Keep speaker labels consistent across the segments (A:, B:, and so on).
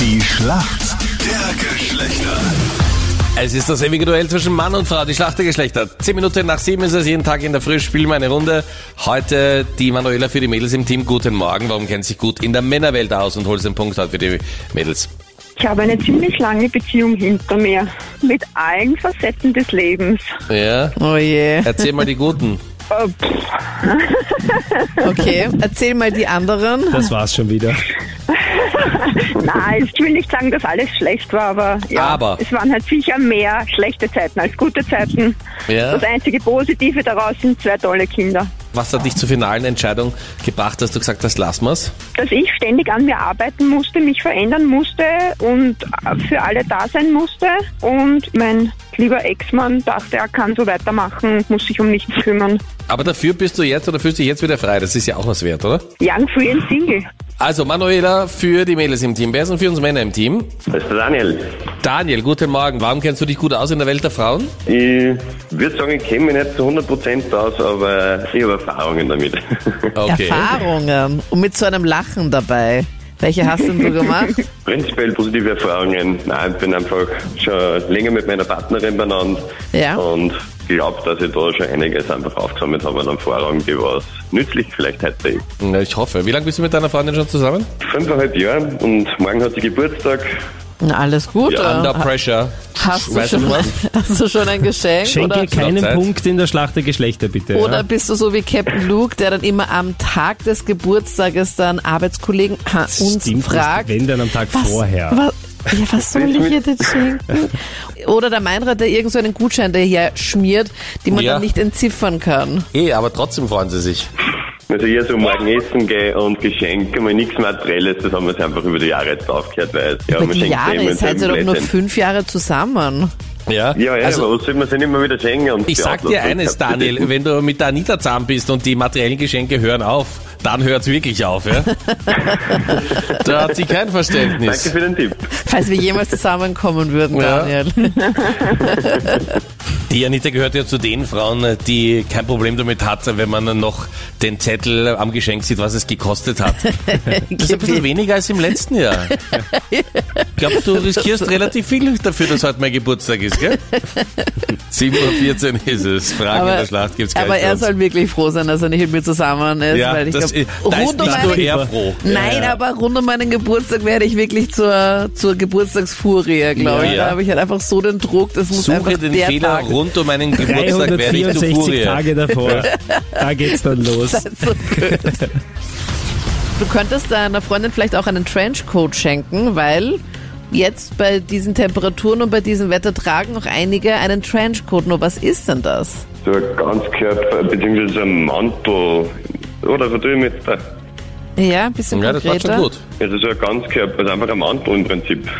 A: Die Schlacht der Geschlechter.
B: Es ist das ewige Duell zwischen Mann und Frau, die Schlacht der Geschlechter. Zehn Minuten nach sieben ist es jeden Tag in der Früh, spielen wir eine Runde. Heute die Manuela für die Mädels im Team. Guten Morgen, warum kennt sich gut in der Männerwelt aus und holst den Punkt heute für die Mädels?
C: Ich habe eine ziemlich lange Beziehung hinter mir. Mit allen Facetten des Lebens.
B: Ja,
D: Oh je.
B: erzähl mal die Guten.
C: Äh, pff,
D: Okay, erzähl mal die anderen.
E: Das war's schon wieder.
C: Nein, ich will nicht sagen, dass alles schlecht war, aber, ja,
B: Aber.
C: es waren halt sicher mehr schlechte Zeiten als gute Zeiten.
B: Ja.
C: Das einzige Positive daraus sind zwei tolle Kinder.
B: Was hat dich zur finalen Entscheidung gebracht, dass du gesagt hast, lass mal's?
C: Dass ich ständig an mir arbeiten musste, mich verändern musste und für alle da sein musste. Und mein lieber Ex-Mann dachte, er kann so weitermachen, muss sich um nichts kümmern.
B: Aber dafür bist du jetzt oder fühlst dich jetzt wieder frei. Das ist ja auch was wert, oder?
C: Young, free and single.
B: Also Manuela für die Mädels im Team. Wer ist denn für uns Männer im Team?
F: Das ist der Also Daniel.
B: Daniel, guten Morgen. Warum kennst du dich gut aus in der Welt der Frauen?
F: Ich würde sagen, ich kenne mich nicht zu 100% aus, aber ich habe Erfahrungen damit.
D: Erfahrungen. Und mit so einem Lachen dabei. Welche hast denn du gemacht?
F: Prinzipiell positive Erfahrungen. Nein, ich bin einfach schon länger mit meiner Partnerin benannt
D: Ja.
F: und glaube, dass ich da schon einiges einfach aufgesammelt habe an Erfahrungen, die was nützlich vielleicht hätte.
B: Na, ich hoffe. Wie lange bist du mit deiner Freundin schon zusammen?
F: Fünfeinhalb Jahre und morgen hat sie Geburtstag.
D: Na, alles gut.
F: Ja,
B: Under
D: oder?
B: pressure.
D: hast, du
B: Weißt du
D: schon,
B: was?
D: hast du schon ein Geschenk?
E: Schenke
D: Oder,
E: keinen
B: Zeit.
E: Punkt in der Schlacht der Geschlechter, bitte.
D: oder
E: ja.
D: bist du so wie Captain Luke, der dann immer am Tag des Geburtstages dann Arbeitskollegen ha, uns
E: Stimmt,
D: fragt,
E: Wenn dann am Tag vorher.
D: Was, ja, was soll ich ihr denn schenken? Oder der Meinrad, der irgend so einen Gutschein daher schmiert, den man
B: Ja.
D: dann nicht entziffern kann.
B: Eh, aber trotzdem freuen sie sich.
F: Also ich so morgen essen gehe und Geschenke, mal nichts Materielles, das haben wir uns einfach über die Jahre jetzt aufgehört, weil ja,
D: Aber
F: man
D: die
F: schenkt
D: Jahre,
F: dem
D: ihr
F: und
D: seid
F: dem
D: ja halt doch nur
F: Blödsinn.
D: fünf Jahre zusammen.
B: Ja,
F: Ja, ja,
B: also,
F: aber was soll man sich immer wieder schenken? Und
B: ich sag
F: beantworten?
B: dir eines,
F: Ich hab die
B: Daniel, wenn du mit der Anita zusammen bist und die materiellen Geschenke hören auf, dann hört's wirklich auf, ja? da hat sie kein
F: Danke
B: Verständnis.
F: für den Tipp.
D: Falls wir jemals zusammenkommen würden,
B: Ja.
D: Daniel.
B: Die Anita gehört ja zu den Frauen, die kein Problem damit hat, wenn man noch den Zettel am Geschenk sieht, was es gekostet hat. Das ist ein bisschen weniger als im letzten Jahr. Ich glaube, du riskierst relativ viel dafür, dass heute mein Geburtstag ist, gell? 7.14 Uhr ist es. Fragen in der Schlacht gibt's gleich
D: aber
B: bei
D: er
B: uns.
D: soll wirklich froh sein, dass er nicht mit mir zusammen ist.
B: ja,
D: weil ich
B: das,
D: glaub,
B: ist- da ist
D: rund um
B: nicht nur
D: meinen-
B: er froh.
D: Nein, aber rund um meinen Geburtstag werde ich wirklich zur, zur Geburtstagsfurie, glaube
B: Ja,
D: ich.
B: ja.
D: Da habe ich halt einfach so den Druck, das muss
B: Suche
D: einfach
B: den
D: der
B: Fehler
D: Tag
B: rund um meinen Geburtstag, werde ich zu
E: 364
B: Furie.
E: Tage davor. Da geht's dann los.
D: So gut. Du könntest deiner Freundin vielleicht auch einen Trenchcoat schenken, weil jetzt bei diesen Temperaturen und bei diesem Wetter tragen noch einige einen Trenchcoat. Nur was ist denn das?
F: So ein Ganzkörper, beziehungsweise so ein Mantel. Oder was tue ich mit da?
D: Ja, ein bisschen
B: Ja, das war
D: konkreter.
B: schon gut.
F: Also so ein Ganzkörper, also einfach ein Mantel im Prinzip.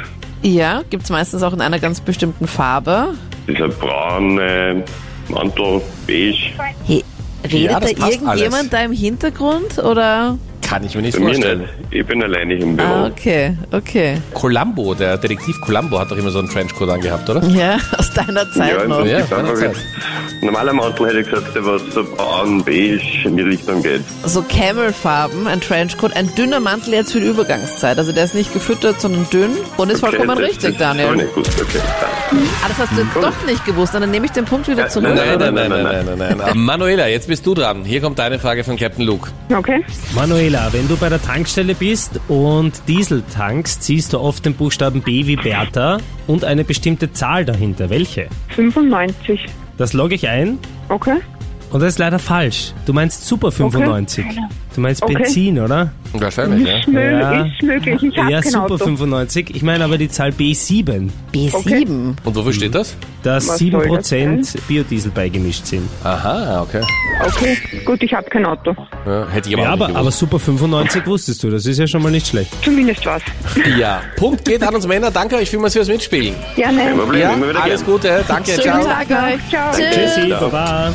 D: Ja, gibt's meistens auch in einer ganz bestimmten Farbe.
F: Dieser braune Mantel, beige.
D: Hey, redet
B: Ja, das
D: da
B: passt
D: irgendjemand
B: alles.
D: da im Hintergrund oder?
B: Kann ich mir nicht
F: Bei mir
B: vorstellen.
F: nicht. Ich bin alleine im Büro.
D: Ah, okay, okay.
B: Columbo, der Detektiv Columbo hat doch immer so einen Trenchcoat angehabt, oder?
D: Ja, aus deiner Zeit
F: Ja, im
D: noch.
F: Prinzip
B: Ja,
F: einfach
B: Zeit.
F: jetzt. Normaler Mantel hätte ich gesagt, der was so braun, beige in die Richtung geht.
D: So Camelfarben, ein Trenchcoat, ein dünner Mantel jetzt für die Übergangszeit. Also der ist nicht gefüttert, sondern dünn und ist vollkommen
F: Okay, das-
D: richtig,
F: das ist
D: Daniel.
F: auch nicht gut, okay.
D: Ah, das hast du jetzt doch nicht gewusst. Dann nehme ich den Punkt wieder
F: Ja,
D: zurück.
B: Nein, nein, nein,
F: Nein,
B: nein,
F: nein,
B: nein, nein, nein. Aber Manuela, jetzt bist du dran. Hier kommt deine Frage von Captain Luke.
C: Okay.
E: Manuela, wenn du bei der Tankstelle bist und Diesel tankst, siehst du oft den Buchstaben B wie Bertha und eine bestimmte Zahl dahinter. Welche?
C: 95.
E: Das logge ich ein
C: Okay.
E: und das ist leider falsch. Du meinst Super 95. Du meinst
C: Okay.
E: Benzin, oder?
B: Wahrscheinlich, ja.
C: Mö-
E: Ja.
C: Ist möglich. Ich habe
E: ja,
C: kein
E: Super
C: Auto.
E: 95. Ich meine aber die Zahl B7,
D: B7.
B: Und wofür steht das?
E: dass
C: Was soll das
E: 7% Biodiesel beigemischt sind.
B: Aha, okay.
C: Okay. Gut, ich habe kein Auto.
B: Ja, hätte ich aber
E: Ja,
B: auch
E: aber,
B: nicht
E: aber
B: gewusst.
E: Super 95 wusstest du, das ist ja schon mal nicht schlecht.
C: Zumindest was.
B: Ja, Punkt geht an uns Männer. Danke euch vielmals fürs Mitspielen.
C: Ja, nein.
F: Kein Problem,
B: Ja,
F: immer wieder
B: alles
F: gern.
B: Gute. Danke,
D: Schönen
B: ciao.
D: Tag euch.
C: Ciao.
D: Tschüss.
E: Tschüssi, Baba.